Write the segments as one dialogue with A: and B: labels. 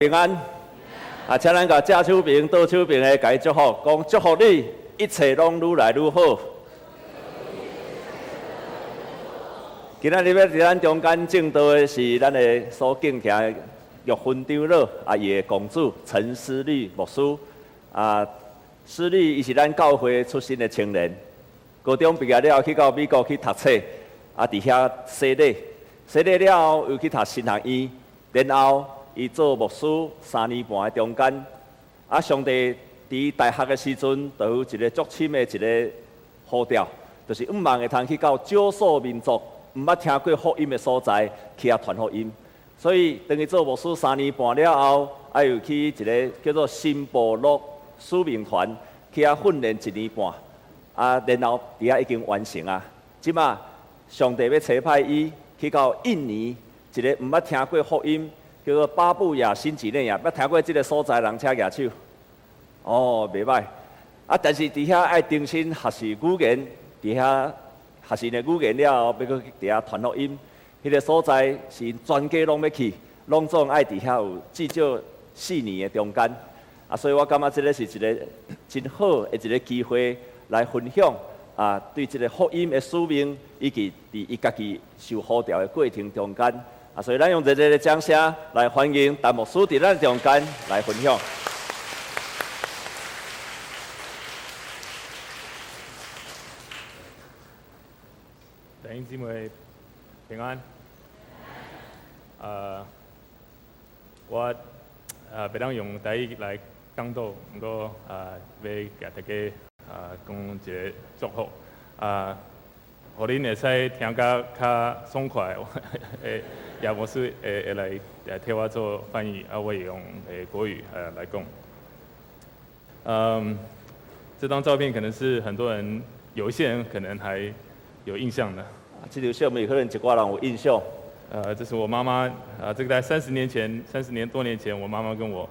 A: 平安，啊，请咱甲左手边、倒手边的甲伊祝福，讲祝福你一切拢愈来愈好。今仔日要伫咱中间正道的是咱的所敬听的玉芬长老啊，伊的公主陈思丽牧师啊，思丽伊是咱教会出身的青年，高中毕业了后去到美国去读册，啊，伫遐洗礼，洗礼了后又去读神学院，然后伊做牧师三年半的中间，啊，上帝伫大学的时阵，就有一个足深的一个呼召，就是毋茫会通去到少数民族毋捌听过福音的所在去遐传福音。所以当伊做牧师三年半了后，啊又去一个叫做新部落使命团去遐训练一年半，啊，然后伫遐已经完成啊。即马上帝要差派伊去到印尼一个毋捌听过福音，叫做巴布亚新几内亚，捌听过即个所在人请举手。哦，袂歹。啊，但是伫遐爱重新学习语言，伫遐学习的语言了后，要去伫遐传录音。迄、个所在是因全家拢要去，拢总爱伫遐有至少四年的中间。啊，所以我感觉即个是一个 真好的一个机会来分享啊，对即个福音的使命，以及伫伊家己受呼召的过程中间啊，所以咱用热烈的掌声来欢迎陈牧师伫咱中间来分享。
B: 弟兄姊妹平安。呃，我呃袂当用第一来讲到，毋过呃要甲大家呃讲一个祝福，呃，互恁会使听甲较爽快，诶， 也无是会会来呃替我做翻译，啊，我会用诶国语呃来讲。嗯，这张照片可能是很多人，有一些人可能还有印象的。
A: 啊，即条小妹可能一寡人有印象，
B: 呃，这是我妈妈，呃，这个在三十年前，三十年多年前，我妈妈跟我，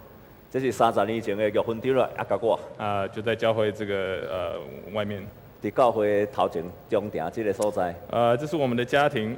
A: 这是三十年前的玉芬长老啊，甲我
B: 啊，就在教会这个呃外面，
A: 伫教会的头前中庭即个所在，
B: 呃，这是我们的家庭，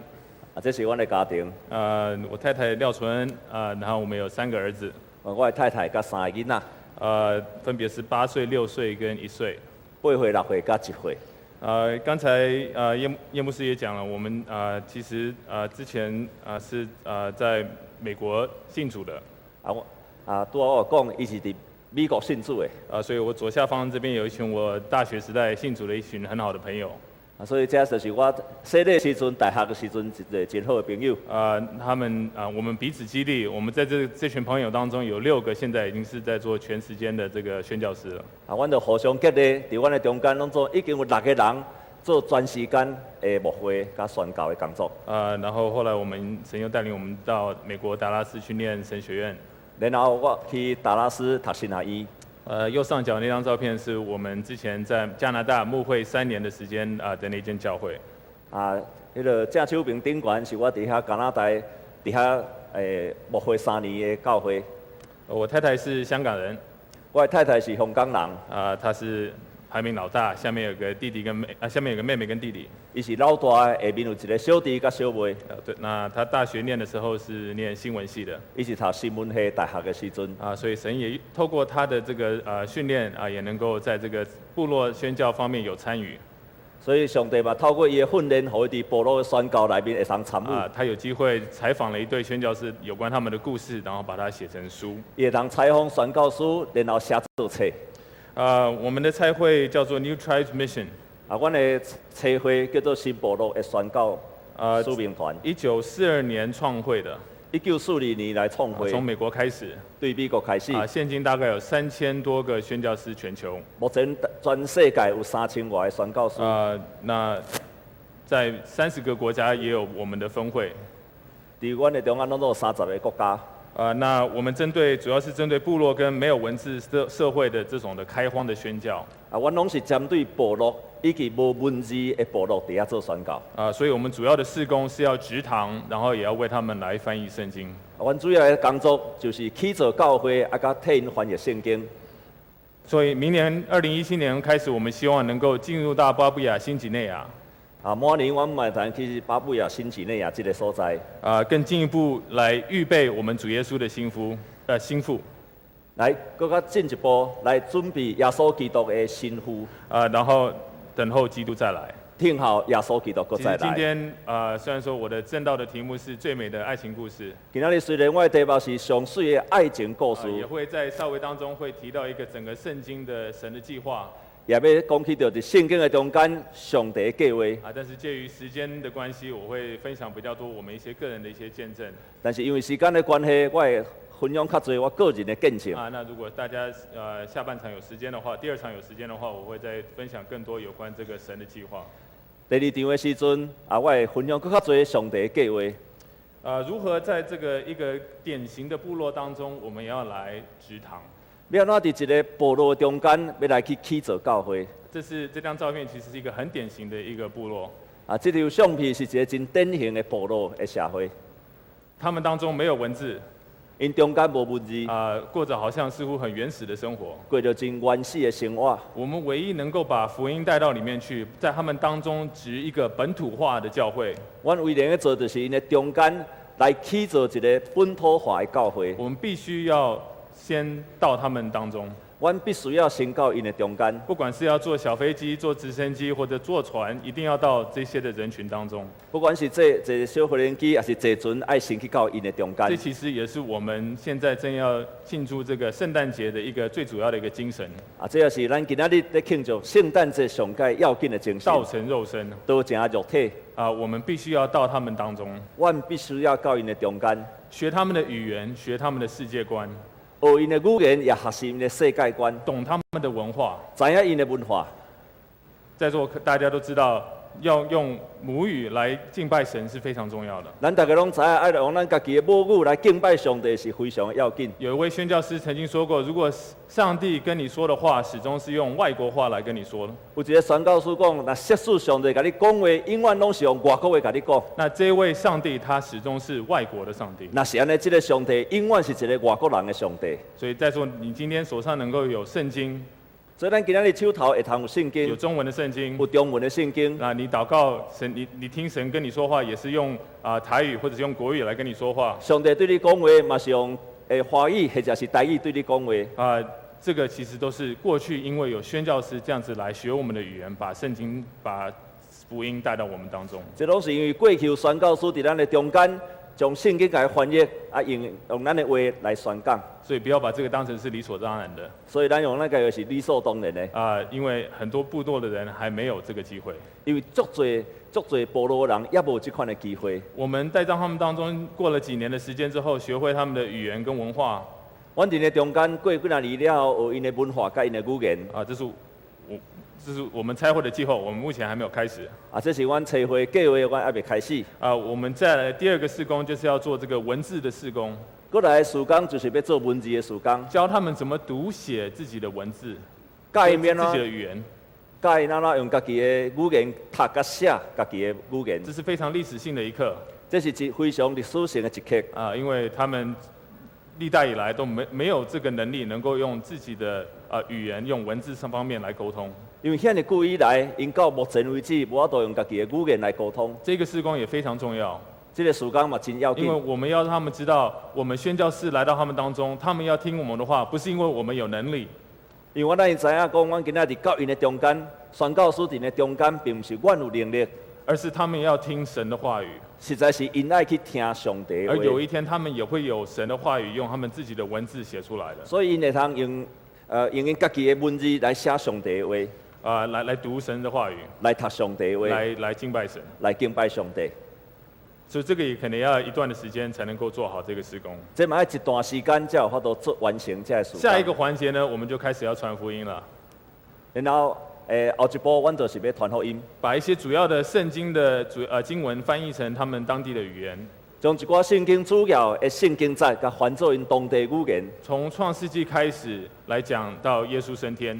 A: 啊，这是阮的家庭，
B: 呃，我太太廖纯恩，啊，然后我们有三个儿子，
A: 啊我的太太甲三个囡仔，
B: 呃，分别是八岁、六岁跟一岁。
A: 八岁、六岁甲一岁。
B: 呃，刚才呃叶叶牧师也讲了，我们呃其实呃之前呃是呃在美国信主的，
A: 啊，我啊，拄仔我有讲，伊是伫美国信主的，
B: 呃，所以我左下方这边有一群我大学时代信主的一群很好的朋友。
A: 啊，所以这就是我细个时阵、大学的时阵一个真好的朋友。
B: 呃，他们啊、呃我们彼此激励。我们在这这群朋友当中，有六个现在已经是在做全时间的这个宣教师了。
A: 啊，阮就互相激励，伫阮的中间，拢做已经有六个人做全时间的牧会甲宣教的工作。
B: 呃，然后后来我们神又带领我们到美国达拉斯去念神学院。
A: 然后我去达拉斯读神学院，
B: 呃，右上角那张照片是我们之前在加拿大牧会三年的时间啊、呃的那间教会。
A: 啊，迄、个正手边顶悬是我伫遐加拿大伫遐诶牧会三年的教会。
B: 呃我太太是香港人，
A: 我的太太是香港人，
B: 啊、她是排名老大，下面有个弟弟跟妹，啊、下面有个妹妹跟弟弟。
A: 伊是老大的，下面有一个小弟甲小妹，
B: 呃，对，那她大学念的时候是念新闻系的。
A: 伊是读新闻系大学的时阵。
B: 啊，所以神也透过他的这个呃训练啊，也能够在这个部落宣教方面有参与
A: 所以上帝嘛透过伊的训练，互伊伫部落的宣教内面会通参
B: 啊
A: 与，。
B: 他有机会采访了一对宣教师有关他们的故事，然后把它写成书。
A: 伊会通采访宣教书，然后写做册。
B: 啊，我们的菜会叫做 New Tribes Mission，
A: 啊，阮的册会叫做新部落的宣教
B: 啊
A: 使命团，
B: 一九四二年创会的，
A: 一九四二年来创
B: 啊
A: 会，
B: 从美国开始
A: 对美国开始，
B: 啊，现今大概有三千多个宣教师全球
A: 目前全世界有三千外的宣教师。
B: 啊，那在三十个国家也有我们的分会。
A: 伫阮的中间，拢有三十个国家。
B: 呃，那我们针对主要是针对部落跟没有文字社社会的这种的开荒的宣教
A: 啊，阮拢是针对部落以及无文字的部落伫遐做宣教。
B: 啊、呃所以我们主要的事工是要植堂，然后也要为他们来翻译圣经。
A: 啊，阮主要的工作就是起造教会，啊，甲替因翻译圣经。
B: 所以明年二零一七年开始，我们希望能够进入到巴布亚新几内亚，
A: 啊，明年阮嘛谈去巴
B: 呃
A: 布亚新几内亚即个所在，
B: 啊、更进一步来预备我们主耶稣的心腹。呃心腹
A: 来更加进一步来准备耶稣基督的新妇，
B: 啊、然后等候基督再来。
A: 听候耶稣基督搁
B: 其
A: 再
B: 实今
A: 来。
B: 天呃，虽然说我的正道的题目是最美的爱情故事，
A: 今仔日虽然我的题目是上水的爱情故
B: 呃、也
A: 事，
B: 会在稍微当中会提到一个整个圣经的神的计划
A: 也要讲起到伫圣经的中间上帝的计划。
B: 啊、但是介于时间的关系，我会分享比较多我们一些个人的一些见证
A: 但是因为时间的关系，我会分享较侪我个人的见证。
B: 啊、那如果大家呃下半场有时间的话，第二场有时间的话，我会再分享更多有关这个神的计划。
A: 第二场的时阵，啊，我会分享更较侪上帝的计划，
B: 呃，如何在这个一个典型的部落当中，我们也要来植堂？
A: 要安怎伫一个部落中间要来去起造教会。
B: 这是这张照片，其实是一个很典型的一个部落。
A: 啊，这张相片是一个真典型的部落的社会，
B: 他们当中没有文字，
A: 因中间无文字，
B: 啊、过着好像似乎很原始的生活。
A: 过着真原始的生活。
B: 我们唯一能够把福音带到里面去，在他们当中植一个本土化的教会。
A: 阮为能去做，就是因的中间来起造一个本土化的教会。
B: 我们必须要先到他们当中，
A: 阮必须要先到因的中间，
B: 不管是要坐小飞机、坐直升机或者坐船，一定要到这些的人群当中。
A: 不管是坐坐小火轮机，还是坐船，爱先去到因的中
B: 这
A: 间。
B: 其实也是我们现在正要庆祝这个圣诞节的一个最主要的一个精神
A: 啊，这也是咱今仔日咧庆祝圣诞节上届要紧的精
B: ——道
A: 神，
B: 成肉身啊、
A: 都正肉体，
B: 我们必须要到他们当中，
A: 阮必须要到因的中间，
B: 学他们的语言，学他们的世界观，
A: 学因的语言，也学习因的世界观，
B: 懂他们的文化。
A: 知影因的文化。
B: 在座大家都知道，要用母语来敬拜神是非常重要的。
A: 咱大家拢知影，爱用咱家己的母语来敬拜上帝是非常的要紧。
B: 有一位宣教师曾经说过，如果上帝跟你说的话始终是用外国话来跟你说的，
A: 有一个宣教师讲，若涉事上帝甲你讲话，永远拢是用外国话甲你讲。
B: 那这位上帝他始终是外国的上帝。
A: 若是安尼，即、个上帝永远是一个外国人的上帝。
B: 所以在座你今天手上能够有圣经，
A: 所以咱今仔日手头会通有圣
B: 有
A: 经，
B: 中文的圣经
A: 有，中文的圣经。
B: 那你祷告神，你你听神跟你说话，也是用啊、台语或者是用国语来跟你说话
A: 上帝对你讲话嘛是用诶华语或者是台语对你讲话。
B: 啊、这个其实都是过去因为有宣教师这样子来学我们的语言，把圣经把福音带到我们当中。
A: 这拢是因为过去有宣教师伫咱的中间，将圣经甲伊翻译，啊用用咱的话来宣讲。
B: 所以不要把这个当成是理所当然的
A: 所以咱用咱个话是理所当然的。
B: 啊、因为很多部落的人还没有这个机会。
A: 因为足侪足侪部落人也无即款的机会。
B: 我们在他们当中过了几年的时间之后，学会他们的语言跟文化啊、
A: 阮伫咧中间过几若年了后，学因的文化甲因的语言，
B: 啊这是我这是我们拆会的计划，我们目前还没有开始。
A: 啊，这是阮找会计划，阮还未开始。
B: 啊、我们再来第二个事工就是要做这个文字的事工，
A: 过来的时工就是要做文字的时工，
B: 教他们怎么读写自己的文字，
A: 教因安
B: 自己的
A: 怎，
B: 语言，
A: 教因安怎用家己的语言读甲写家己的语言
B: 这，是非常历史性的一刻
A: 这是一非常历史性的一刻。
B: 啊、因为他们历代以来都没没有这个能力能够用自己的呃语言用文字上方面来沟通。
A: 因为遐尼久以来，因到目前为止无法度用家己的语言来沟通，
B: 这个事工也非常重要，
A: 这个时工嘛真要
B: 因为
A: 紧。
B: 我们要让他们知道，我们宣教士来到他们当中，他们要听我们的话，不是因为我们有能力，
A: 因为我咱因知影讲，阮今仔伫教因的中间，宣教师伫的中间，并毋是阮有能力。
B: 而是他们要听神的话语。
A: 实在是因爱去听上帝的
B: 而
A: 话，
B: 有一天，他们也会有神的话语，用他们自己的文字写出来的，
A: 所以因会通用呃用因家己的文字来写上帝的话，
B: 啊、来来读神的话语，
A: 来读上帝的话，
B: 来来敬拜神。
A: 来敬拜上帝。
B: 所以这个也可能要一段的时间才能够做好这个施工。
A: 这嘛要一段时间才有法度做完成这个事。
B: 下一个，环节呢，我们就开始要传福音了，
A: 然后诶、呃后一步，阮就是要传福音，
B: 把一些主要的圣经的主呃经文翻译成他们当地的语言，
A: 将一寡圣经主要的圣经节，甲翻做因当地语言，
B: 从创世纪开始来讲到耶稣升天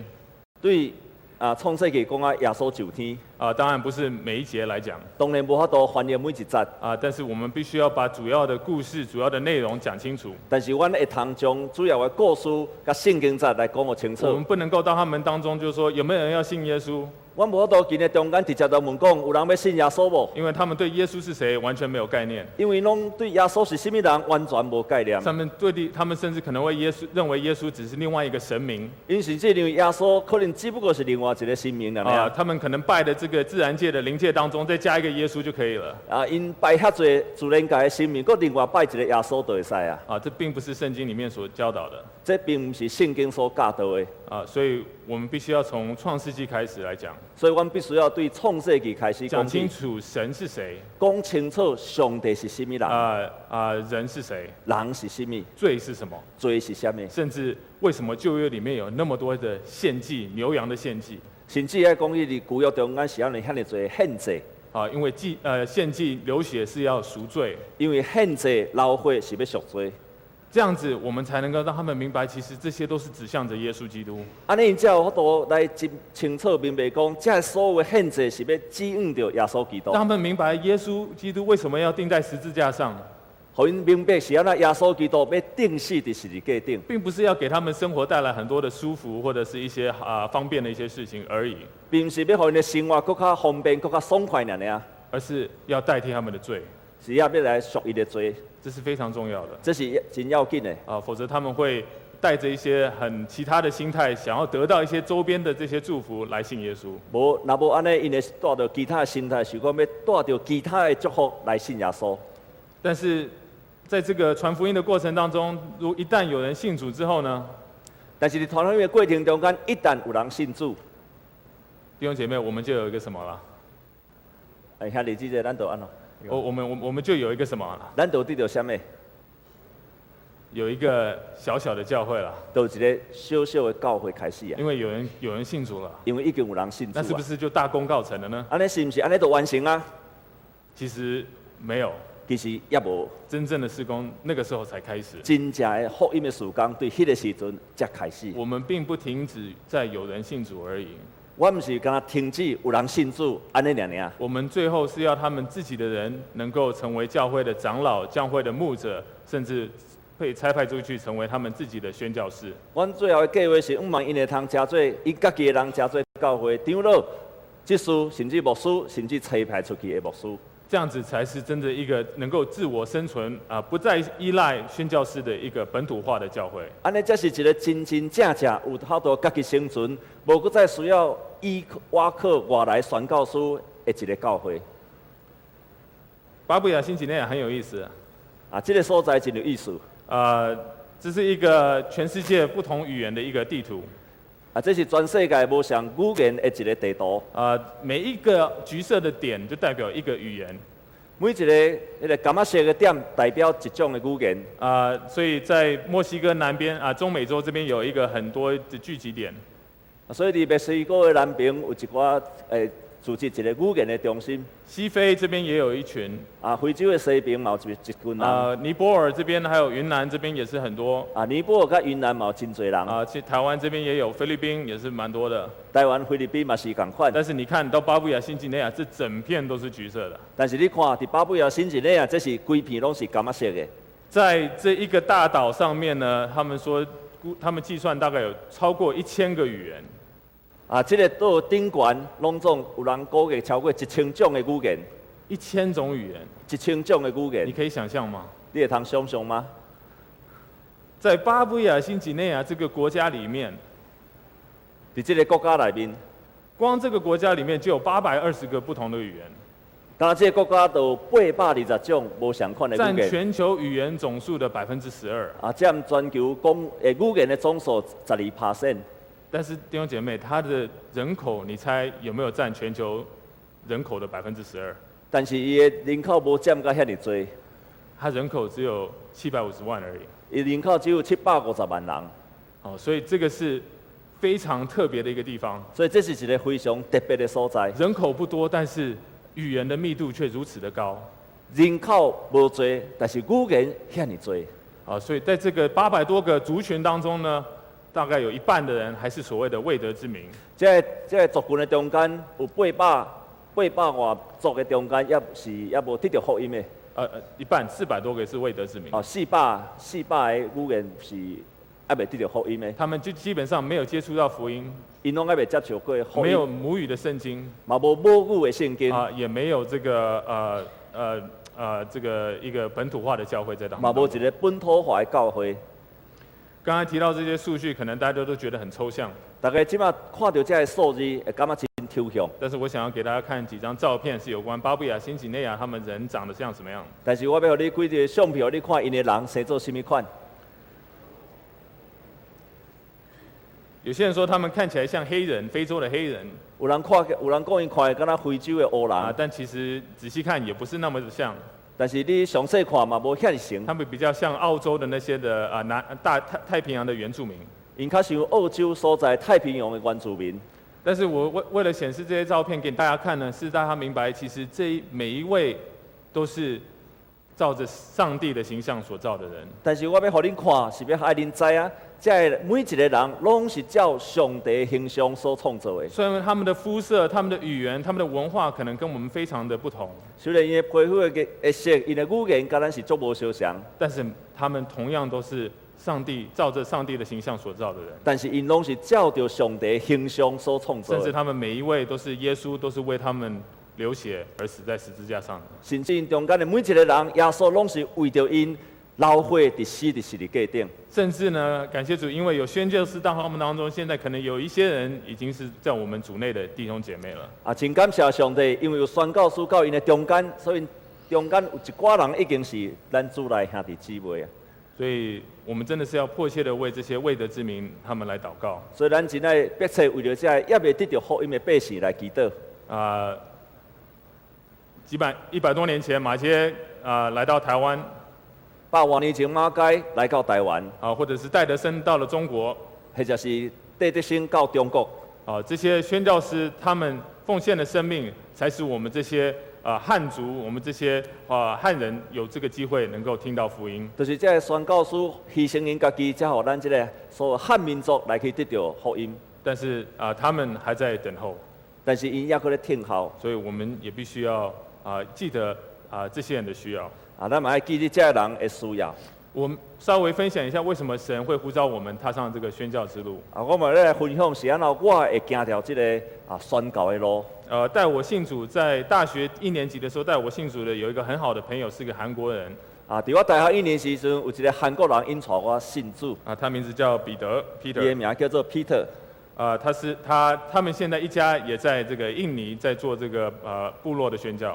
A: 对啊创世纪讲啊耶稣上天，
B: 啊、当然不是每一节来讲
A: 当然无法度翻译每一节，
B: 啊、但是我们必须要把主要的故事、主要的内容讲清楚。
A: 但是阮会通将主要的故事甲圣经节来讲互清
B: 我
A: 楚
B: 嗯们。不能够到他们当中就说有没有人要信耶稣，
A: 我无多今日中间直接就问讲，有人要信耶稣无？
B: 因为他们对耶稣是谁完全没有概念，
A: 因为拢对耶稣是甚物人完全无概念。
B: 他们对的，他们甚至可能会耶稣认为耶稣只是另外一个神明
A: 因甚至认为耶稣可能只不过是另外一个神明
B: 啊、
A: 尔。
B: 他们可能拜的这个自然界的灵界当中再加一个耶稣就可以了
A: 啊，因拜遐侪自然界的神明，佮另外拜一个耶稣就会使啊。
B: 啊、这并不是圣经里面所教导的
A: 这并毋是圣经所教导的，
B: 啊、所以我们必须要从创世纪开始来讲，
A: 所以阮必须要对创世纪开始
B: 讲
A: 讲
B: 清
A: 起，
B: 楚神是谁
A: 讲清楚上帝是甚物人，
B: 啊啊、人是谁，
A: 人是甚物，
B: 罪是什么，
A: 罪是甚物，
B: 甚至为什么旧约里面有那么多的献祭，牛羊的献祭。
A: 甚至爱讲伊伫古约中间是安尼遐尼侪限制，
B: 啊，因为祭呃献祭流血是要赎罪，
A: 因为限制流血是要赎罪。
B: 这样子我们才能够让他们明白，其实这些都是指向着耶稣基督。
A: 安尼，因才有法度来真清楚明白讲，这所有的限制是要指引着耶稣基督
B: 让，他们明白耶稣基督为什么要钉在十字架上，
A: 互因明白是安那耶稣基督要定死伫十字架顶，
B: 并不是要给他们生活带来很多的舒服或者是一些啊、方便的一些事情而已，
A: 并毋是要互因的生活更较方便、更较爽快尔尔，
B: 而是要代替他们的罪，
A: 是要要来赎伊的罪，
B: 这是非常重要的
A: 这是真要紧的。
B: 啊，否则他们会带着一些很其他的心态，想要得到一些周边的这些祝福来信耶稣。
A: 无，若无安尼，因会带着其他的心态，想讲要带着其他的祝福来信耶稣。
B: 但是在这个传福音的过程当中，如一旦有人信主之后呢，
A: 但是伫传福音的过程中间，一旦有人信主，
B: 弟兄姐妹，我们就有一个什么了？
A: 哎，兄弟姊妹，咱就安怎？
B: 我我们我我们就有一个什么了？
A: 咱就得到什么？
B: 有一个小小的教会了，
A: 就一个小小的教会开始啊，
B: 因为有人有人信主了，
A: 因为已经有人信主
B: 嗯那
A: 啊
B: 是。不是就大功告成了呢？
A: 安尼是毋是安尼就完成啊？
B: 其实没有，
A: 其实也无
B: 真正的施工那个时候才开始。
A: 真正的福音的时光，对迄个时阵才开始。
B: 我们并不停止在有人信主而已，
A: 我毋是敢若停止有人信主安尼尔尔，
B: 我们最后是要他们自己的人能够成为教会的长老、教会的牧者，甚至被差派出去成为他们自己的宣教士。
A: 阮最后的计划是，毋茫因会通诚做，因家己的人诚做教会长老、执事，甚至牧师，甚至差派出去的牧师。
B: 这样子才是真的一个能够自我生存啊、不再依赖宣教师的一个本土化的教会。
A: 安尼才是一个真真正正有法度家己生存，无搁再需要依我靠外来宣教师的一个教会。
B: 巴布亚新几内亚很有意思，
A: 啊，即、个所在真有意思。
B: 呃，这是一个全世界不同语言的一个地图，
A: 啊，这是全世界无上语言的一个地图。
B: 呃，每一个橘色的点就代表一个语言，
A: 每一个迄个感觉色的点代表一种的语言，
B: 呃，所以在墨西哥南边啊、中美洲这边有一个很多的聚集点，
A: 啊所以伫墨西哥的南边有一寡诶组织一个语言的中心，
B: 西非这边也有一群，
A: 啊，非洲的西边嘛有一一群人，
B: 呃，尼泊尔这边还有云南这边也是很多，
A: 啊，尼泊尔甲云南嘛有真侪人，
B: 啊、其实台湾这边也有，菲律宾也是蛮多的。
A: 台湾、菲律宾嘛是共款，
B: 但是你看到巴布亚新几内亚，这整片都是橘色的。
A: 但是你看伫巴布亚新几内亚，这是规片拢是感觉色的，
B: 在这一个大岛上面呢，他们说，估他们计算大概有超过一千个语言。
A: 啊，即、个岛顶悬拢总有人估计超过一千种的语言，
B: 一千种语言，
A: 一千种的语
B: 你
A: 言，
B: 可以想象吗？
A: 你会通想象吗？
B: 在巴布亚新几内亚这个国家里面，
A: 伫即个国家内面。
B: 光这个国家里面就有八百二十个不同的语言，
A: 当即个国家都八百二十种无相款的
B: 占
A: 语言，
B: 全球语言总数的百分之十二。
A: 啊，占全球讲诶语言的总数十二 percent。
B: 但是弟兄姐妹，它的人口，你猜有没有占全球人口的百分之十二？
A: 但是伊的人口无占到遐尼多，
B: 它人口只有七百五十万而已。
A: 伊人口只有七百五十万人，
B: 哦，所以这个是非常特别的一个地方，
A: 所以这是一个非常特别的所在。
B: 人口不多，但是语言的密度却如此的高。
A: 人口无多，但是语言遐尼多，
B: 啊，所以在这个八百多个族群当中呢，大概有一半的人还是所谓的未得之民。
A: 即个即个族群的中间有八百八百外族的中间，也是也无得到福音的。啊
B: 呃，呃一半四百多个是未得之民
A: 哦，。四百四百个语言是还未得到福音的，
B: 他们就基本上没有接触到福音，
A: 因拢还未接受过福
B: 没有
A: 音，
B: 母语的圣经
A: 嘛无母语的圣经，
B: 啊、也没有这个呃呃呃这个一个本土化的教会在当
A: 嘛无
B: 中。
A: 一个本土化的教会。
B: 刚才提到这些数据，可能大家都觉得很抽象，
A: 大家即马看到这个数字，会感觉真抽象。
B: 但是我想要给大家看几张照片，是有关巴布亚新几内亚他们人长得像什么样。
A: 但是我要互你几个相片，你看因的人生做甚物款。
B: 有些人说他们看起来像黑人，非洲的黑人
A: 有人看，有人讲因看的敢若非洲的黑人，
B: 啊，但其实仔细看也不是那么的像，
A: 但是你详细看嘛，无遐尼像。
B: 他们比较像澳洲的那些的啊南大太太平洋的原住民。
A: 因较像澳洲所在太平洋的原住民。
B: 但是我为为了显示这些照片给大家看呢，是大家明白，其实这一每一位都是照着上帝的形象所造的人。
A: 但是我要互恁看，是要爱恁知啊，即个每一个人拢是照上帝的形象所创造的。
B: 虽然他们的肤色、他们的语言、他们的文化可能跟我们非常的不同，
A: 虽然因的皮肤的颜色、因的语言，甲咱是足无相像，
B: 但是他们同样都是上帝照着上帝的形象所造的人，
A: 但是因拢是照着上帝的形象所创造
B: 甚至
A: 的。
B: 他们每一位都是耶稣，都是为他们流血而死在十字架上的。
A: 甚至因中间的每一个人，耶稣拢是为着因流血伫死伫十字架顶。
B: 甚至呢，感谢主，因为有宣教师到他们当中，现在可能有一些人已经是在我们组内的弟兄姐妹了。
A: 啊，真感谢上帝，因为有宣教师到因的中间，所以中间有一寡人已经是咱主内兄弟姊妹啊。
B: 所以我们真的是要迫切的为这些未得之民他们来祷告
A: 所以咱真爱迫切为着这还未得到福音的百姓来祈祷。
B: 啊、几百一百多年前，马些啊、来到台湾
A: 百多年前马街来到台湾，
B: 啊、或者是戴德生到了中国
A: 或者是戴德生到中国，
B: 啊、这些宣教师他们奉献的生命，才使我们这些啊、汉族，我们这些啊、汉人有这个机会能够听到福音。
A: 就是这个宣教师牺牲因家己，才互咱这个所有汉民族来去得到福音。
B: 但是啊、他们还在等候，
A: 但是因抑搁咧听候，
B: 所以我们也必须要啊、记得啊、这些人的需要。
A: 啊，咱嘛爱记得这个人的需要。
B: 我们稍微分享一下为什么神会呼召我们踏上这个宣教之路。
A: 啊，我嘛要来分享是安怎我会行条这个啊宣教的路。
B: 呃，带我信主，在大学一年级的时候，带我信主的有一个很好的朋友，是个韩国人
A: 啊，伫我大学一年时阵，有一个韩国人因带我信主，
B: 啊、他名字叫彼得
A: 伊的
B: Peter，
A: 名叫做 Peter。
B: 啊、他是他他们现在一家也在这个印尼在做这个呃部落的宣教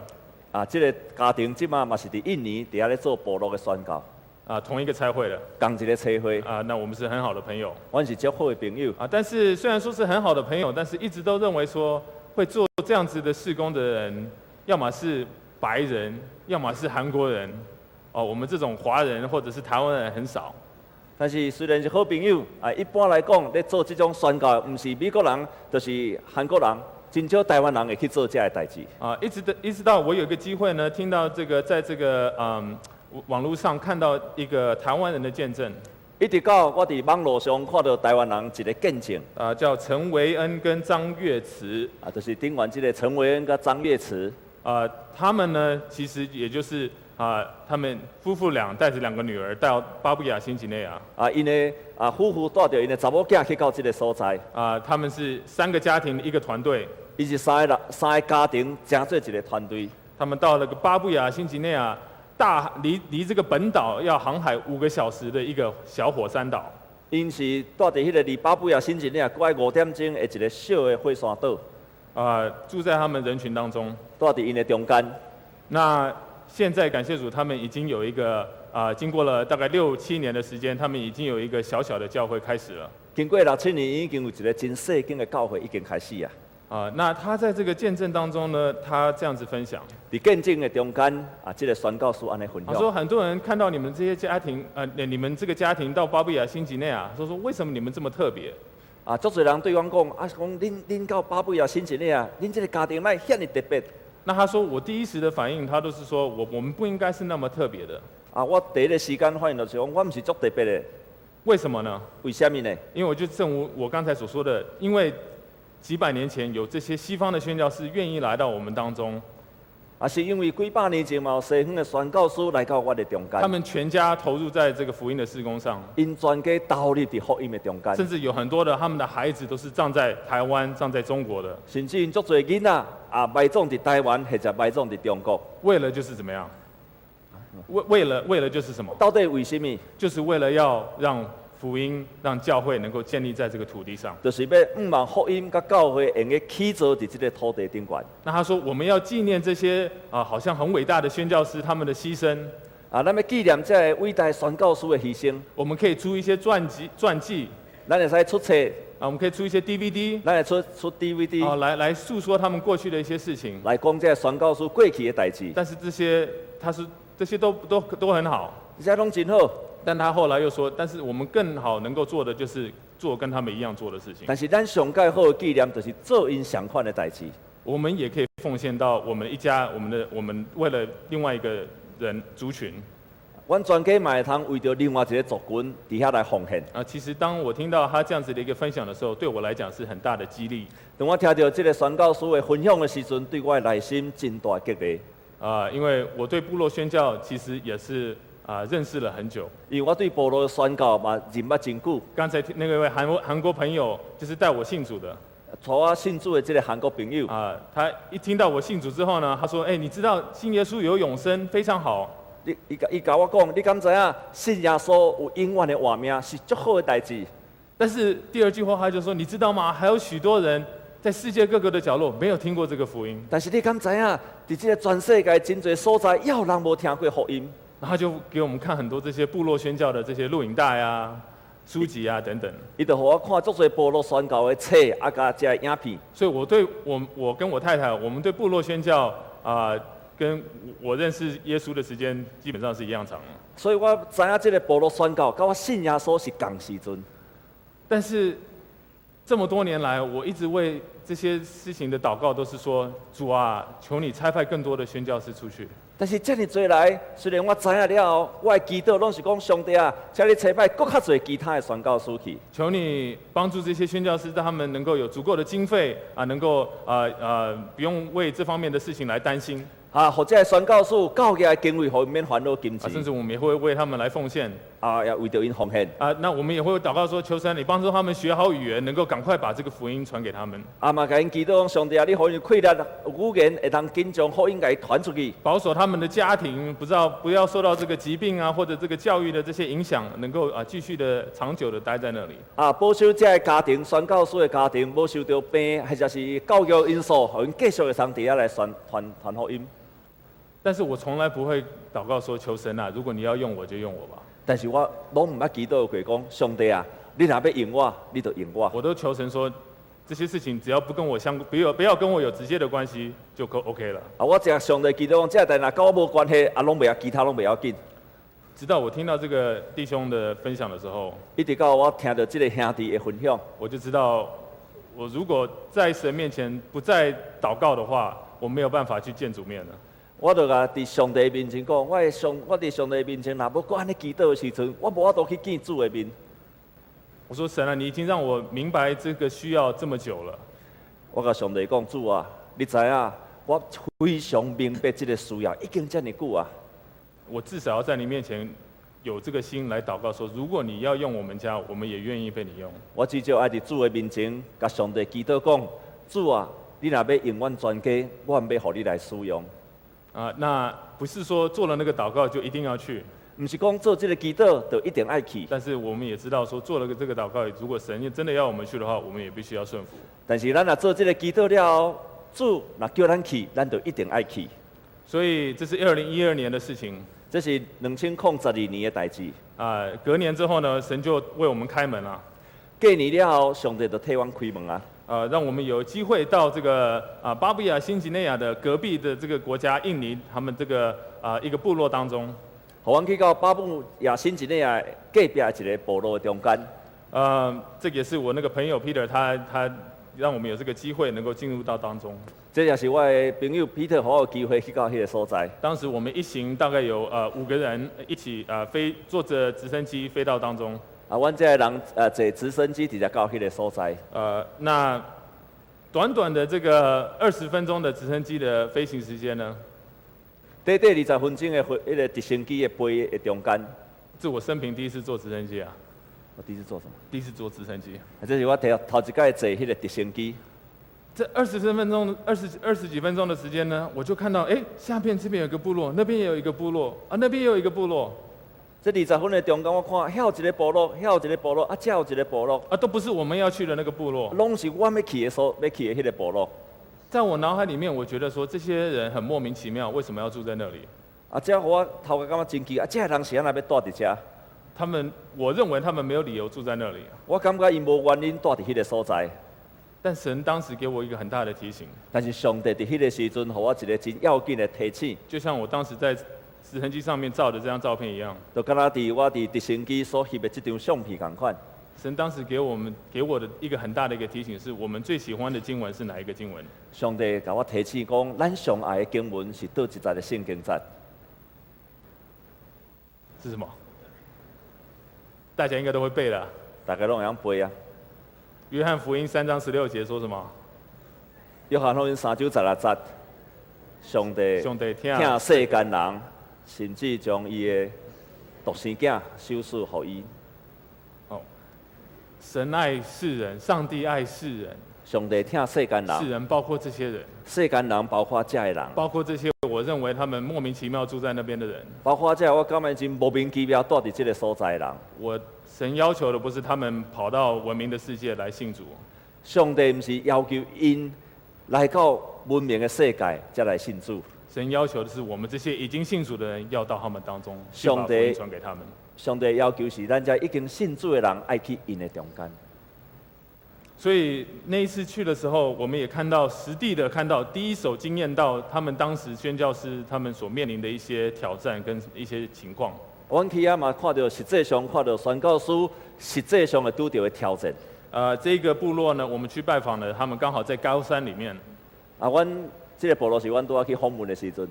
B: 啊、
A: 啊，即、个家庭即马嘛是伫印尼伫遐咧做部落嘅宣教，
B: 啊同一个差会的
A: 同一个车会，
B: 啊、那我们是很好的朋友啊、
A: 阮是足好嘅朋友。
B: 但是虽然说是很好的朋友，但是一直都认为说会做这样子的事工的人，要么是白人，要么是韩国人，哦、我们这种华人或者是台湾人很少。
A: 但是虽然是好朋友，啊，一般来讲咧做即种宣教，毋是美国人，就是韩国人，真少台湾人会去做遮个代志。
B: 啊，一直的，一直到我有一个机会呢，听到这个，在这个嗯网络上看到一个台湾人的见证，
A: 一直到我伫网络上看到台湾人一个见证，
B: 啊、叫陈维恩跟张月慈，
A: 啊，就是顶完即个陈维恩甲张月慈，
B: 啊、他们呢其实也就是啊、他们夫妇俩带着两个女儿到巴布亚新几内亚，
A: 啊，因的啊夫妇带着因的查某囝去到即个所在，
B: 啊、他们是三个家庭一个团队，
A: 伊是三个人三个家庭，整做一个团队。
B: 他们到了个巴布亚新几内亚大离离这个本岛要航海五个小时的一个小火山岛。
A: 因是住伫迄个离巴布亚新几内亚过来五点钟的一个小的火山岛，
B: 啊、住在他们人群当中，
A: 住伫因的中间。
B: 那现在感谢主，他们已经有一个啊、经过了大概六七年的时间，他们已经有一个小小的教会开始了。
A: 经过六七年，已经有一个真细经的教会已经开始啊。
B: 啊、那他在这个见证当中呢，他这样子分享，
A: 伫见证的中间啊，即、个宣教师安尼分
B: 他说
A: 享，
B: 很多人看到你们这些家庭，呃，你你们这个家庭到巴布亚新几内亚，说说为什么你们这么特别？
A: 啊，足侪人对阮讲，啊，讲恁恁到巴布亚新几内亚，恁即个家庭奈遐尼特别。
B: 那他说我第一时的反应，他都是说我我们不应该是那么特别的，
A: 啊，我第一个时间发现就是讲，我毋是足特别的，
B: 为什么呢？
A: 为什物呢？
B: 因为我就正如我刚才所说的，因为几百年前有这些西方的宣教士愿意来到我们当中，
A: 啊，是因为几百年前嘛，有西方的宣教师来到我的中
B: 他
A: 间，
B: 们全家投入在这个福音的事工上，
A: 因全家投入伫福音的中
B: 甚
A: 间，
B: 至有很多的他们的孩子都是葬在台湾、葬在中国的，
A: 甚至因足侪囡仔啊，埋葬伫台湾或者埋葬伫中国，
B: 为了就是怎么样？为为了为了就是什么？
A: 到底为什么？
B: 就是为了要让福音、让教会能够建立在这个土地上。
A: 就是要毋望福音甲教会用个起造伫即个土地顶悬。
B: 那他说，我们要纪念这些啊、好像很伟大的宣教师他们的牺牲，
A: 啊，咱要纪念这个伟大宣教师的牺牲，
B: 我们可以出一些传记、传记
A: 咱会使出册，
B: 啊、我们可以出一些 DVD
A: 咱会出出
B: 啊、
A: DVD
B: 来来诉说他们过去的一些事情。
A: 来讲这个宣教师过去的代志，
B: 但是这些，他是这些都都都很好，
A: 这拢真好。
B: 但他后来又说，但是我们更好能够做的就是做跟他们一样做的事情。
A: 但是咱上界好的纪念，就是做因相款的代志。
B: 我们也可以奉献到我们一家，我们的我们为了另外一个人族群
A: 阮全家嘛会通为着另外一个族群伫遐来奉献。
B: 啊。其实当我听到他这样子的一个分享的时候，对我来讲是很大的激励
A: 当我听到即个宣教师的分享的时阵，对我的内心真大激励，
B: 啊，因为我对部落宣教其实也是啊认识了很久。
A: 因为我对部落的宣教嘛认捌真久。
B: 刚才听那位韩国韩国朋友就是带我信主的
A: 带我信主的即个韩国朋友，
B: 啊，他一听到我信主之后呢，他说：“哎、你知道信耶稣有永生，非常好。”
A: 你伊甲伊甲我讲，你敢知影信耶稣有永远的活命是足好的代志？
B: 但是第二句话他就说：“你知道吗？还有许多人在世界各个的角落没有听过这个福音。
A: 但是你敢知影，伫即个全世界真侪所在，也有人无听过福音。”
B: 然后他就给我们看很多这些部落宣教的这些录影带啊、书籍啊等等。
A: 伊就互我看足侪部落宣教的册，啊甲遮个影片。
B: 所以我对我我跟我太太，我们对部落宣教啊、跟我认识耶稣的时间基本上是一样长的。
A: 所以我知影即个部落宣教，甲我信耶稣是共时阵。
B: 但是这么多年来，我一直为这些事情的祷告都是说：主啊，求你差派更多的宣教师出去。
A: 但是遮尔侪来，虽然我知影了后，我的祈祷拢是讲上帝啊，请你差派搁较侪其他的宣教师去，
B: 求你帮助这些宣教师，让他们能够有足够的经费啊，能够啊啊，不用为这方面的事情来担心
A: 啊，或者宣教师有够个经费，互伊免烦恼金
B: 啊，甚
A: 钱，
B: 至我们也会为他们来奉献
A: 啊，也为着因奉献。
B: 啊。那我们也会祷告说，求神你帮助他们学好语言，能够赶快把这个福音传给他们，
A: 啊嘛，甲因祈祷讲，上帝啊，你互因快乐语言会通紧张，福音甲伊传出去，
B: 保守他们的家庭，不知道不要受到这个疾病啊或者这个教育的这些影响，能够啊继续的长久的待在那里。
A: 啊，保守遮个家庭，宣教师的家庭，无受到病或者是教育因素，互因继续会通伫啊遐来传传传福音。
B: 但是我从来不会祷告说，求神啊，如果你要用我就用我吧，
A: 但是我拢毋捌祈祷过讲，上帝啊，你若要用我，你就用我。
B: 我都求神说，这些事情只要不跟我相，不要不要跟我有直接的关系就可 OK 了。
A: 啊，我只上帝祈祷讲，遮代若甲我无关系，啊，拢袂晓，其他拢袂要紧。
B: 直到我听到这个弟兄的分享的时候，
A: 一直到我听到即个兄弟的分享，
B: 我就知道，我如果在神面前不再祷告的话，我没有办法去见主面了。
A: 我就甲伫上帝面前讲，我的上我伫上帝面前，若要搁安尼祈祷的时阵，我无法度去见主的面。
B: 我说神啊，你已经让我明白这个需要这么久了，
A: 我甲上帝讲，主啊，你知影，我非常明白即个需要，已经遮尔久啊。
B: 我至少要在你面前有这个心来祷告说，如果你要用我们家，我们也愿意被你用。
A: 我至少爱伫主的面前，甲上帝祈祷讲，主啊，你若要用阮全家，我毋要互你来使用。
B: 啊、那不是说做了那个祷告就一定要去，
A: 毋是讲做即个祈祷就一定爱去，
B: 但是我们也知道说，做了这个祷告，如果神真的要我们去的话，我们也必须要顺服。
A: 但是咱若做即个祈祷了后，主若叫咱去，咱就一定爱去。
B: 所以这是二零一二年的事情
A: 这是两千零十二年的代志。
B: 啊、隔年之后呢，神就为我们开门了，
A: 过年了后，上帝就替阮开门啊，
B: 呃，让我们有机会到这个啊、巴布亚新几内亚的隔壁的这个国家印尼，他们这个啊、一个部落当中，
A: 互阮去到巴布亚新几内亚隔壁的一个部落的中间。
B: 呃，这也是我那个朋友 Peter 他他让我们有这个机会能够进入到当中。
A: 这也是我的朋友 Peter 给我有机会去到迄个所在。
B: 当时我们一行大概有呃五个人一起呃飞坐着直升机飞到当中，
A: 啊，阮这个人呃坐直升机直接到迄个所在。
B: 呃，那短短的这个二十分钟的直升机的飞行时间呢，
A: 短短二十分钟的飞，迄个直升机的飞的中间，
B: 这我生平第一次坐直升机啊，
A: 我第一次做什么？啊
B: 第一次坐直升机。
A: 这是我头头一届坐迄个直升机，
B: 这二十分钟、二十二十几分钟的时间呢，我就看到，哎，下边这边有一个部落，那边也有一个部落，啊，那边也有一个部落，
A: 这二十分的中间，我看遐有一个部落，遐有一个部落，啊，遮有一个部落，
B: 啊，都不是我们要去的那个部落。
A: 拢是我要去的所要去的迄个部落。
B: 在我脑海里面，我觉得说这些人很莫名其妙，为什么要住在那里？
A: 啊，遮我头壳感觉真奇，啊，遮个人是安那要住伫遮？
B: 他们，我认为他们没有理由住在那里。啊
A: 我感觉因无原因住伫迄个所在，
B: 但神当时给我一个很大的提醒，
A: 但是上帝伫迄个时阵，互我一个真要紧的提醒，
B: 就像我当时在直升机上面照的这张照片一样，
A: 就敢若伫我伫直升机所翕的即张相片共款。
B: 神当时给我们给我的一个很大的一个提醒是，我们最喜欢的经文是哪一个经文？
A: 上帝甲我提醒讲，咱上爱的经文是倒一节的圣经节。
B: 是什么？大家应该都会背了。
A: 大家拢会晓背啊。
B: 约翰福音三章十六节说什么？
A: 约翰福音三九十六节，上帝
B: 上帝听啊
A: 疼世间人，甚至将伊的独生子收赐予伊。
B: 哦，神爱世人，上帝爱世人，
A: 上帝疼世间
B: 世
A: 人，
B: 人包括这些人，
A: 世间人包括遮的人，
B: 包括这些我认为他们莫名其妙住在那边的人。
A: 包括遮我感觉真莫名其妙住伫即个所在的人。
B: 我神要求的不是他们跑到文明的世界来信主，
A: 上帝毋是要求因来到文明的世界才来信主，
B: 神要求的是我们这些已经信主的人要到他们当中去
A: 上
B: 把福
A: 帝
B: 音传给他们。
A: 上帝要求是咱遮已经信主的人爱去因的中间。
B: 所以那一次去的时候，我们也看到实地的看到第一手经验到他们当时宣教师他们所面临的一些挑战跟一些情况。
A: 阮去啊嘛看到实际上看到宣教书，实际上会拄到的挑战。
B: 呃，这个部落呢，我们去拜访了，他们刚好在高山里面。
A: 啊，阮即个部落是阮拄仔去访问的时阵，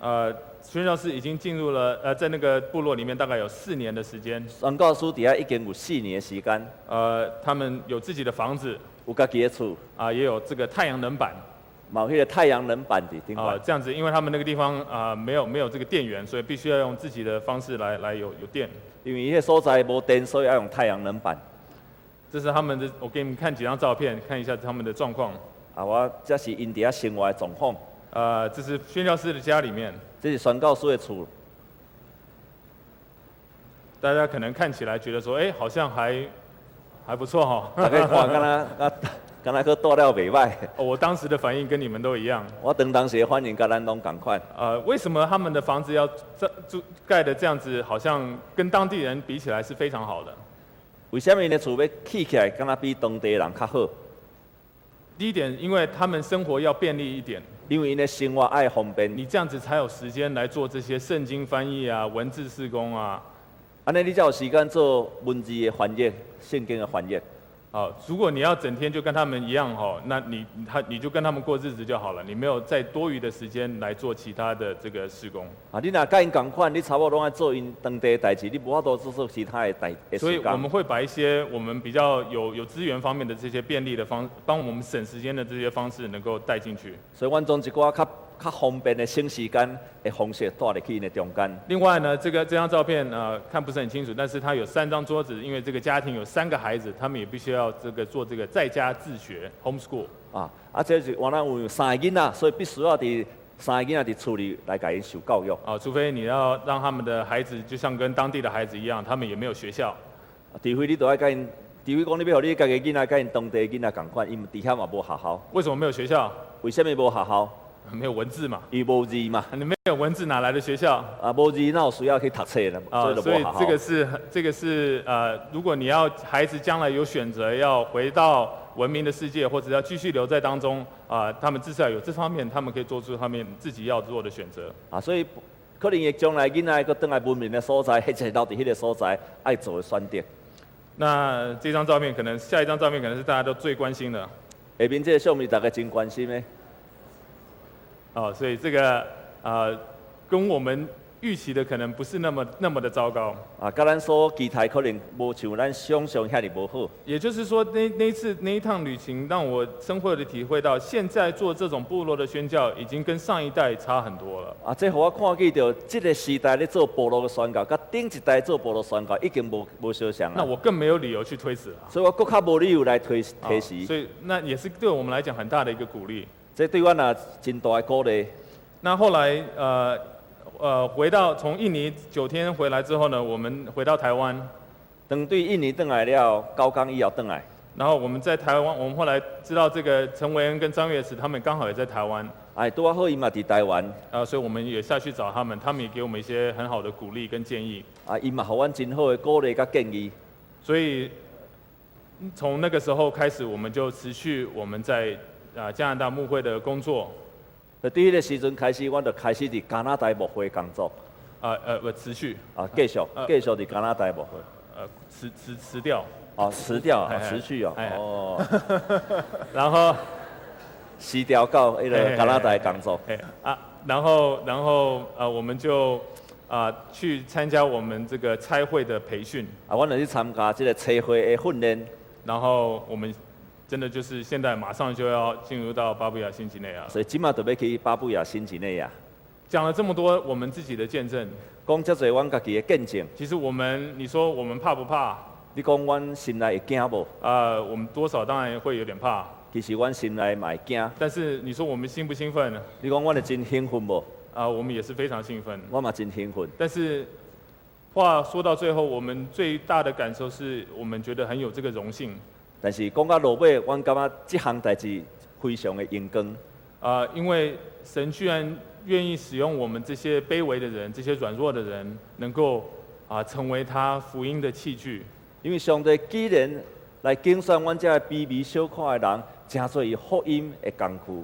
B: 呃，宣教师已经进入了呃，在那个部落里面大概有四年的时间。
A: 宣教书底下已经有四年的时间，
B: 呃，他们有自己的房子，
A: 有家己的厝，
B: 啊、也有这个太阳能板
A: 嘛有迄个太阳能板伫顶
B: 啊、
A: 管。
B: 这样子，因为他们那个地方啊、没有没有这个电源，所以必须要用自己的方式来来有有电。
A: 因为迄个所在无电，所以要用太阳能板。
B: 这是他们的，我给你们看几张照片，看一下他们的状况。
A: 啊，我这是因伫遐生活的状况，
B: 呃，这是宣教师的家里面，
A: 这是宣教书的厝，
B: 大家可能看起来觉得说，哎、好像还还不错哈、
A: 大 家看敢若啊，敢若去住了袂歹。
B: 哦我当时的反应跟你们都一样。
A: 我当当时的反应甲咱拢共款，
B: 呃，为什么他们的房子要这住盖的这样子，好像跟当地人比起来是非常好的？
A: 为什么因的厝要起起来，敢若比当地的人较好？
B: 第一点，因为他们生活要便利一点，
A: 因为因的生活爱方便，
B: 你这样子才有时间来做这些圣经翻译啊、文字施工啊。
A: 安尼你才有时间做文字的翻译、圣经的翻译。
B: 好，如果你要整天就跟他们一样哦，那你他你就跟他们过日子就好了，你没有再多余的时间来做其他的这个施工。
A: 啊，你若甲因共款，你差不多拢爱做因当地的代志，你无法度做做其他的代的
B: 所以
A: 事
B: 我们
A: 工。
B: 会把一些我们比较有有资源方面的这些便利的方，帮我们省时间的这些方式能够带进去。
A: 所以，阮从一寡较较方便的省时间的方式带入去因的中间。
B: 另外呢，这个这张照片呃看不是很清楚，但是它有三张桌子，因为这个家庭有三个孩子，他们也必须要这个做这个在家自学 homeschool。
A: 啊，啊，这是原来有三个囡仔，所以必须要伫三个囡仔伫厝里来甲因受教育。
B: 啊，除非你要让他们的孩子就像跟当地的孩子一样，他们也没有学校，
A: 啊除非你都爱甲因，除非讲你要互你家己的囡仔甲因当地的囡仔共款，因伫遐嘛无学校。
B: 为什么没有学校？
A: 为什物无学校？
B: 没有文字嘛？
A: 伊无字嘛，
B: 你没有文字哪来的学校
A: 啊，无字哪有需要去读册啦，
B: 啊？
A: 所以就
B: 所
A: 无学
B: 以
A: 校。
B: 这个是这个是呃，如果你要孩子将来有选择要回到文明的世界，或者要继续留在当中啊、他们至少有这方面，他们可以做出他们自己要做的选择。
A: 啊，所以可能会将来囡仔佫倒来文明的所在， 或者到伫迄个所在爱做的选择。
B: 那这张照片可能下一张照片可能是大家都最关心的
A: 下面这个项目大家真关心的，
B: 啊，所以这个呃，跟我们预期的可能不是那么那么的糟糕。
A: 啊，甲咱所期待可能无像咱想象遐尼无好。
B: 也就是说，那那一次那一趟旅行，让我深刻的体会到，现在做这种部落的宣教，已经跟上一代差很多了。
A: 啊，这互我看见到，即、个时代咧做部落嘅宣告，甲顶一代做部落宣告已经无无相像
B: 那
A: 啦。
B: 我啊更没有理由去推辞了。
A: 所以我更较无理由来推推辞，
B: 所以那也是对我们来讲很大的一个鼓励。
A: 这对阮也真大嘅鼓励。
B: 那后来呃呃回到从印尼九天回来之后呢，我们回到台湾，
A: 当对印尼转来了，高岗以后转来，
B: 然后我们在台湾，我们后来知道这个陈维恩跟张月慈他们刚好也在台湾，
A: 哎，拄啊好伊嘛伫台湾，
B: 呃，所以我们也下去找他们，他们也给我们一些很好的鼓励跟建议。
A: 啊，伊嘛互阮真好嘅鼓励甲建议。
B: 所以嗯从那个时候开始，我们就持续我们在啊、加拿大牧会的工作，
A: 就对迄个时阵开始，阮就开始伫加拿大牧会工作，
B: 啊呃不持续
A: 啊，继续
B: 呃
A: 继续伫加拿大牧会，
B: 呃辞辞辞掉，
A: 哦，辞掉啊，
B: 哎
A: 哦
B: 哎
A: 辞去哦，
B: 哎哎
A: 哦，
B: 然后
A: 辞掉到迄
B: 哎哎
A: 个
B: 哎
A: 加拿大工作，
B: 哎啊然后然后呃我们就啊、去参加我们这个差会的培训，
A: 啊，阮就去参加即个车会的训练，
B: 然后我们真的就是现在马上就要进入到巴布亚新几内亚了。
A: 所以即马就要去巴布亚新几内亚，
B: 讲了这么多我们自己的见证，
A: 讲遮侪阮家己的见证，
B: 其实我们你说我们怕不怕？
A: 你讲阮心内会惊无？
B: 啊、我们多少当然会有点怕，
A: 其实阮心内嘛会惊，
B: 但是你说我们兴不兴奋？啊、
A: 你讲阮会真兴奋无？
B: 我们也是非常兴奋。
A: 我嘛真兴奋，
B: 但是话说到最后，我们最大的感受是我们觉得很有这个荣幸。
A: 但是讲到落尾，阮感觉即项代志非常的阳光。
B: 啊、因为神居然愿意使用我们这些卑微的人、这些软弱的人，能够啊、成为他福音的器具。
A: 因为上帝既然来竞选阮遮卑微小看的人，真做伊福音的工具，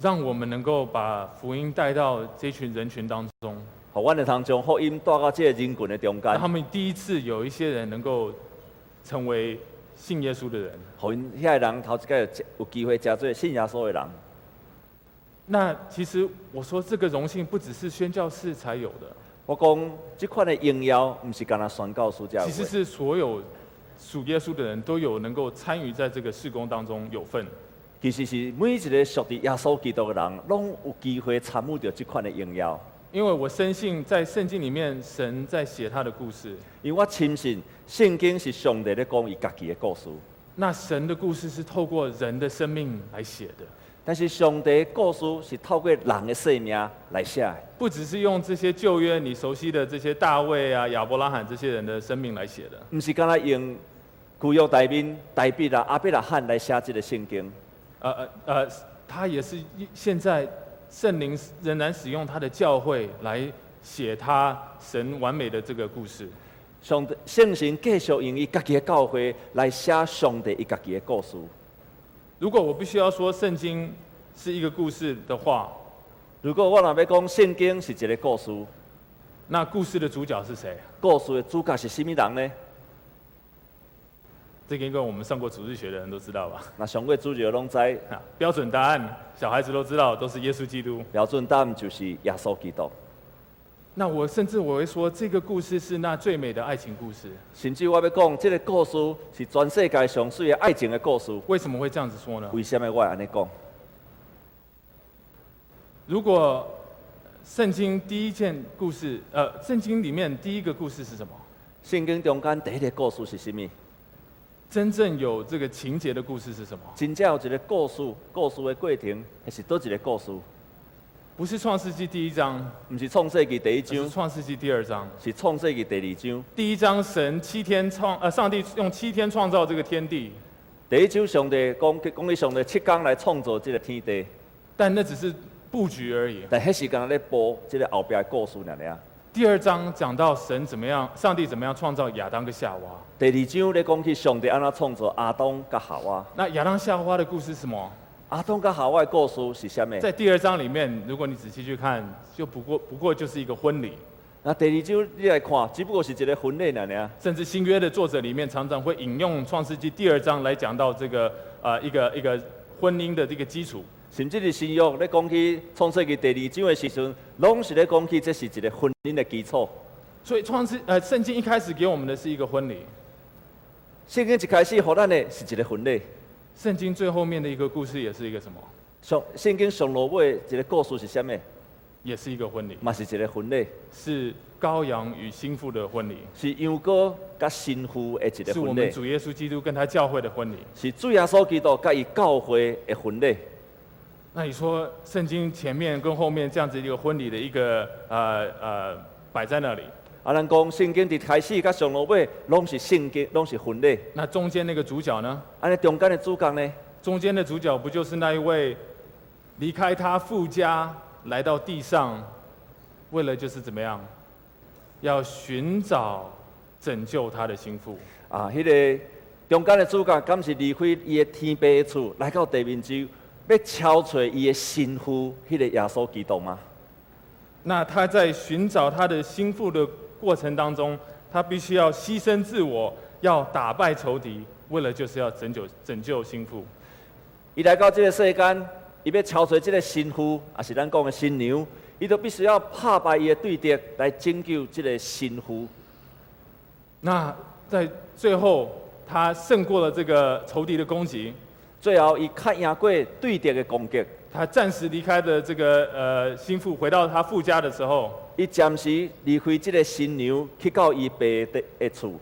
B: 让我们能够把福音带到这群人群当中，
A: 互阮的通将福音带到即个人群的中
B: 让他
A: 间，
B: 们第一次有一些人能够成为信耶稣的人。
A: 互因遐个人头一摆有有机会真做信耶稣的人。
B: 那其实我说这个荣幸不只是宣教士才有的，
A: 我讲即款的荣耀，毋是干那宣教师才有
B: 其实
A: 的，
B: 是所有属耶稣的人都有能够参与在这个事工当中有份。
A: 其实是每一个属于耶稣基督的人，拢有机会参与到即款的荣耀。
B: 因为我深信在圣经里面，神在写他的故事，
A: 因为我深信圣经是上帝咧讲伊家己的故事，
B: 那神的故事是透过人的生命来写的，
A: 但是上帝的故事是透过人的生命来写的。
B: 不只是用这些旧约你熟悉的这些大卫啊、亚伯拉罕这些人的生命来写的。
A: 毋是敢若用旧约大面、大笔啊、阿伯拉罕来写即个圣经，
B: 呃呃呃，他也是现在圣灵仍然使用他的教会来写他神完美的这个故事。
A: 上帝圣神继续用伊家己的教会来写上帝伊家己的故事。
B: 如果我必须要说圣经是一个故事的话，
A: 如果我若要讲圣经是一个故事，
B: 那故事的主角是谁？
A: 故事的主角是甚物人呢？
B: 这个应该我们上过主日学的人都知道吧？
A: 那上过主角拢知，
B: 啊标准答案，小孩子都知道，都是耶稣基督。
A: 标准答案就是耶稣基督。
B: 那我甚至我会说，这个故事是那最美的爱情故事。
A: 甚至我要讲，即、个故事是全世界上水的爱情的故事。
B: 为什么会这样子说呢？
A: 为什么我会安尼讲？
B: 如果圣经第一件故事，呃，圣经里面第一个故事是什么？
A: 圣经中间第一个故事是甚物？
B: 真正有这个情节的故事是什么？
A: 真正有一个故事，故事的过程，迄是倒一个故事？
B: 不是创世纪第一章，
A: 毋是创世纪第一
B: 而是
A: 章，
B: 创世纪第二章。
A: 是创世纪第二章。
B: 第一章，神七天创，呃，上帝用七天创造这个天地，
A: 第一章上帝讲，讲伊上帝七天来创造即个天地，
B: 但那只是布局而已。
A: 但迄时间咧播即个后壁的故事尔尔。
B: 第二章讲到神怎么样，上帝怎么样创造亚当跟夏娃。
A: 第二章咧讲起上帝安怎创造亚当甲夏娃，
B: 那亚当夏娃的故事是什么？
A: 亚当甲夏娃的故事是啥物？
B: 在第二章里面，如果你仔细去看，就不过不过就是一个婚礼，
A: 那第二章你来看，只不过是一个婚礼尔尔。
B: 甚至新约的作者里面常常会引用创世纪第二章来讲到这个呃一个一个婚姻的这个基础。
A: 甚至是新约咧讲起创世纪第二章的时阵，拢是咧讲起这是一个婚姻的基础。
B: 所以创世呃圣经一开始给我们的是一个婚礼，
A: 圣经一开始互咱的是一个婚礼，
B: 圣经最后面的一个故事也是一个什么？
A: 上圣经上落尾的一个故事是啥物？
B: 也是一个婚礼，
A: 嘛是一个婚礼，
B: 是羔羊与心腹的婚礼，
A: 是羊羔甲新妇的一个
B: 是我
A: 婚
B: 们
A: 礼，
B: 主耶稣基督跟他教会的婚礼。
A: 是主耶稣基督甲伊教会的婚礼。
B: 那你说圣经前面跟后面这样子一个婚礼的一个呃呃摆在那里，
A: 啊，咱讲圣经伫开始甲上落尾，拢是圣经，拢是婚礼。
B: 那中间那个主角呢？
A: 安尼中间的主角呢，
B: 中间的主角不就是那一位离开他父家来到地上，为了就是怎么样，要寻找拯救他的心腹？
A: 啊，迄、个中间的主角，敢是离开伊的天父的厝，来到地面洲，要敲找伊的新妇，迄、个耶稣基督吗？
B: 那他在寻找他的心腹的过程当中，他必须要牺牲自我，要打败仇敌，为了就是要拯救拯救心腹。
A: 伊来到即个世间，伊要敲找即个新妇，也是咱讲的新娘，伊都必须要拍败伊的对敌，来拯救即个新妇。
B: 那在最后，他胜过了这个仇敌的攻击，
A: 最后，伊较赢过对敌的攻击，
B: 他暂时离开了这个呃心腹，回到他父家的时候，
A: 伊暂时离开即个新娘，去到伊爸的的厝，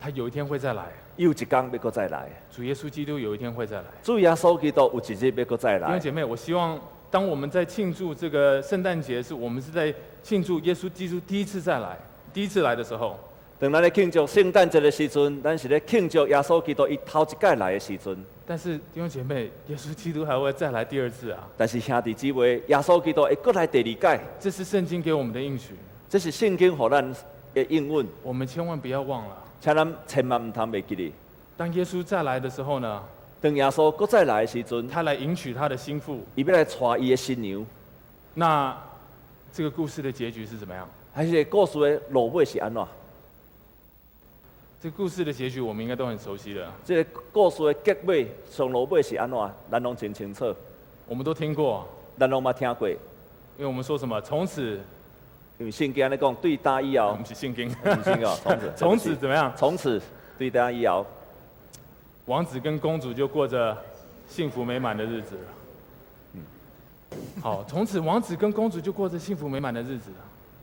B: 他有一天会再来。
A: 伊有一天要搁再来。
B: 主耶稣基督有一天会再来。
A: 主耶稣基督有一日要搁再
B: 弟兄
A: 来。
B: 姐妹，我希望当我们在庆祝这个圣诞节，是我们是在庆祝耶稣基督第一次再来，第一次来的时候，
A: 当咱咧庆祝圣诞节的时阵，咱是咧庆祝耶稣基督伊头一届来的时阵。
B: 但是弟兄姐妹，耶稣基督还会再来第二次啊！
A: 但是兄弟姊妹，耶稣基督会搁来第二届，
B: 这是圣经给我们的应许，
A: 这是圣经互咱的应允，
B: 我们千万不要忘了。
A: 请咱千万毋通袂记哩。
B: 当耶稣再来的时候呢，
A: 当耶稣搁再来的时阵，
B: 他来迎娶他的心腹。
A: 伊要来娶伊的新娘，
B: 那这个故事的结局是怎么样？
A: 还是故事的落尾是安怎？
B: 这个故事的结局我们应该都很熟悉的，
A: 这个故事的结尾上落尾是安怎？咱拢真清楚，
B: 我们都听过。
A: 咱拢嘛听过。
B: 因为我们说什么，从此
A: 因为圣经安尼讲，对答以
B: 我
A: 后
B: 们，是信经，
A: 毋是哦，从此，
B: 从此怎么样？
A: 从此对答以后，
B: 王子跟公主就过着幸福美满的日子了。
A: 嗯
B: 好，从此王子跟公主就过着幸福美满的日子了。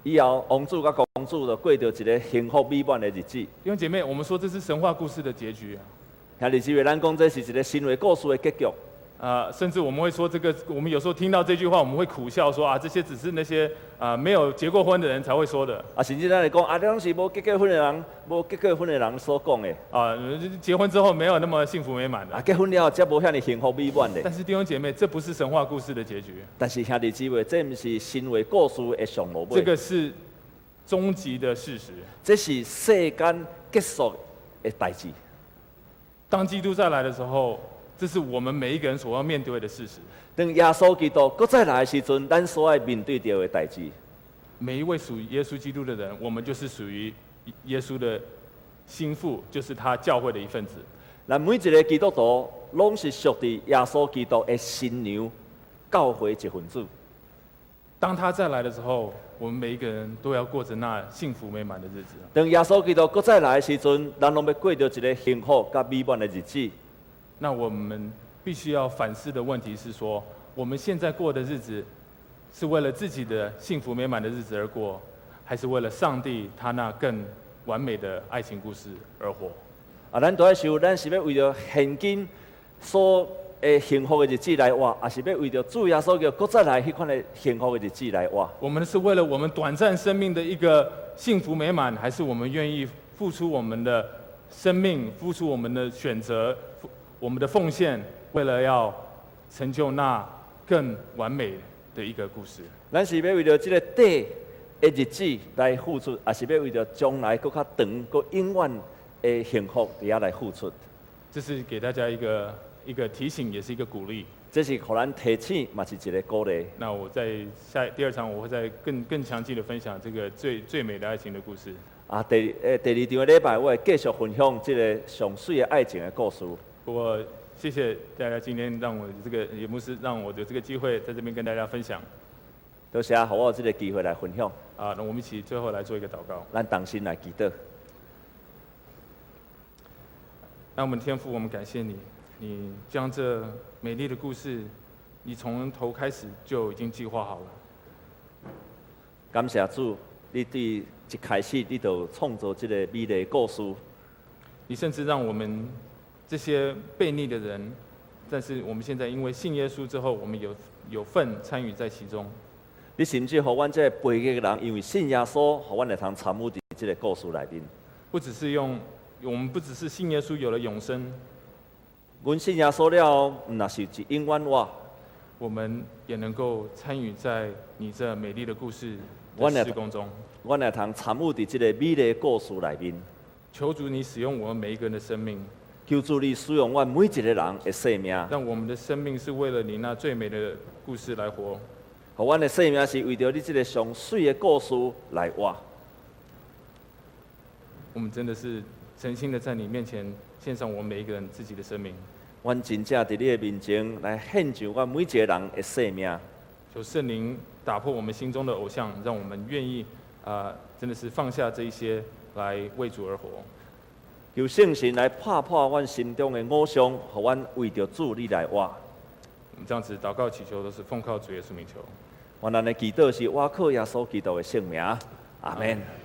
A: 以后王子甲公主就过着一个幸福美满的日子。
B: 弟兄姐妹，我们说这是神话故事的结局啊。
A: 兄弟姊妹，咱讲这是一个神话故事的结局。
B: 呃，甚至我们会说这个，我们有时候听到这句话，我们会苦笑说啊，这些只是那些啊、呃没有结过婚的人才会说的
A: 啊，甚至咱来讲，啊，这拢是无结过婚的人，无结过婚的人所讲的。
B: 啊、就是结婚之后没有那么幸福美满
A: 啊，
B: 的。
A: 结婚了后，才无遐尼幸福美满的
B: 但。是弟兄姐妹，这不是神话故事的结局，
A: 但是兄弟姊妹，这毋是神话故事的上落尾，
B: 这个是终极的事实。
A: 这是世间结束的代志。
B: 当基督再来的时候，这是我们每一个人所要面对的事实。
A: 当耶稣基督搁再来的时阵，咱所要面对着的代志，
B: 每一位属耶稣基督的人，我们就是属于耶稣的心腹，就是他教会的一份子。
A: 咱每一个基督徒拢是属于耶稣基督的新娘教会一份子。
B: 当他再来的时候，我们每一个人都要过着那幸福美满的日子。
A: 当耶稣基督搁再来的时阵，咱拢要过着一个幸福甲美满的日子。
B: 那我们必须要反思的问题是说，我们现在过的日子，是为了自己的幸福美满的日子而过，还是为了上帝他那更完美的爱情故事而活？
A: 啊，咱都要想，咱是要为着现今所诶幸福的日子来活，还是要为着主耶稣叫国再来迄款的幸福的日子来活？
B: 我们是为了我们短暂生命的一个幸福美满，还是我们愿意付出我们的生命，付出我们的选择，付我们的奉献，为了要成就那更完美的一个故事？
A: 咱是要为着即个短的日子来付出，还是要为着将来搁较长、搁永远的幸福底下来付出？
B: 这是给大家一个一个提醒，也是一个鼓励。
A: 这是互咱提醒，嘛是一个鼓励。
B: 那我在下第二场，我会再更更详细的分享这个最最美的爱情的故事。
A: 啊，第诶第二场的礼拜，我会继续分享即个上水的爱情的故事。
B: 不过谢谢大家今天让我有这个也不是让我有这个机会在这边跟大家分享
A: 多谢，互我有这个机会来分享，
B: 啊，那我们一起最后来做一个祷告。
A: 咱同心来祈祷。
B: 那我们天父，我们感谢你，你将这美丽的故事，你从头开始就已经计划好了。
A: 感谢主，你对一开始你就创造这个美丽的故事，
B: 你甚至让我们这些悖逆的人，但是我们现在因为信耶稣之后，我们有有份参与在其中。
A: 你甚至互阮这个背逆的人，因为信耶稣，互阮会通参与伫这个故事内面。
B: 不只是用，我们不只是信耶稣有了永生，
A: 阮信耶稣了，毋若是一永远活，
B: 我们也能够参与在你这美丽的故事
A: 我呢
B: 的施工中。
A: 阮会通参与伫这个美丽的故事内面。
B: 求主你使用我们每一个人的生命，
A: 求主你使用阮每一个人的生命，
B: 让我们的生命是为了你那最美的故事来活。
A: 互阮的生命是为着你这个上水的故事来活。
B: 我们真的是诚心的在你面前献上我们每一个人自己的生命，
A: 阮真正伫你的面前来献上阮每一个人的生命。
B: 求圣灵打破我们心中的偶像，让我们愿意啊、真的是放下这一些来为主而活。
A: 求圣神来拍破阮心中的偶像，互阮为着主你来活。
B: 我们这样子祷告祈求都是奉靠主耶稣名求。
A: 我咱的祈祷是我靠耶稣基督的圣名，阿门。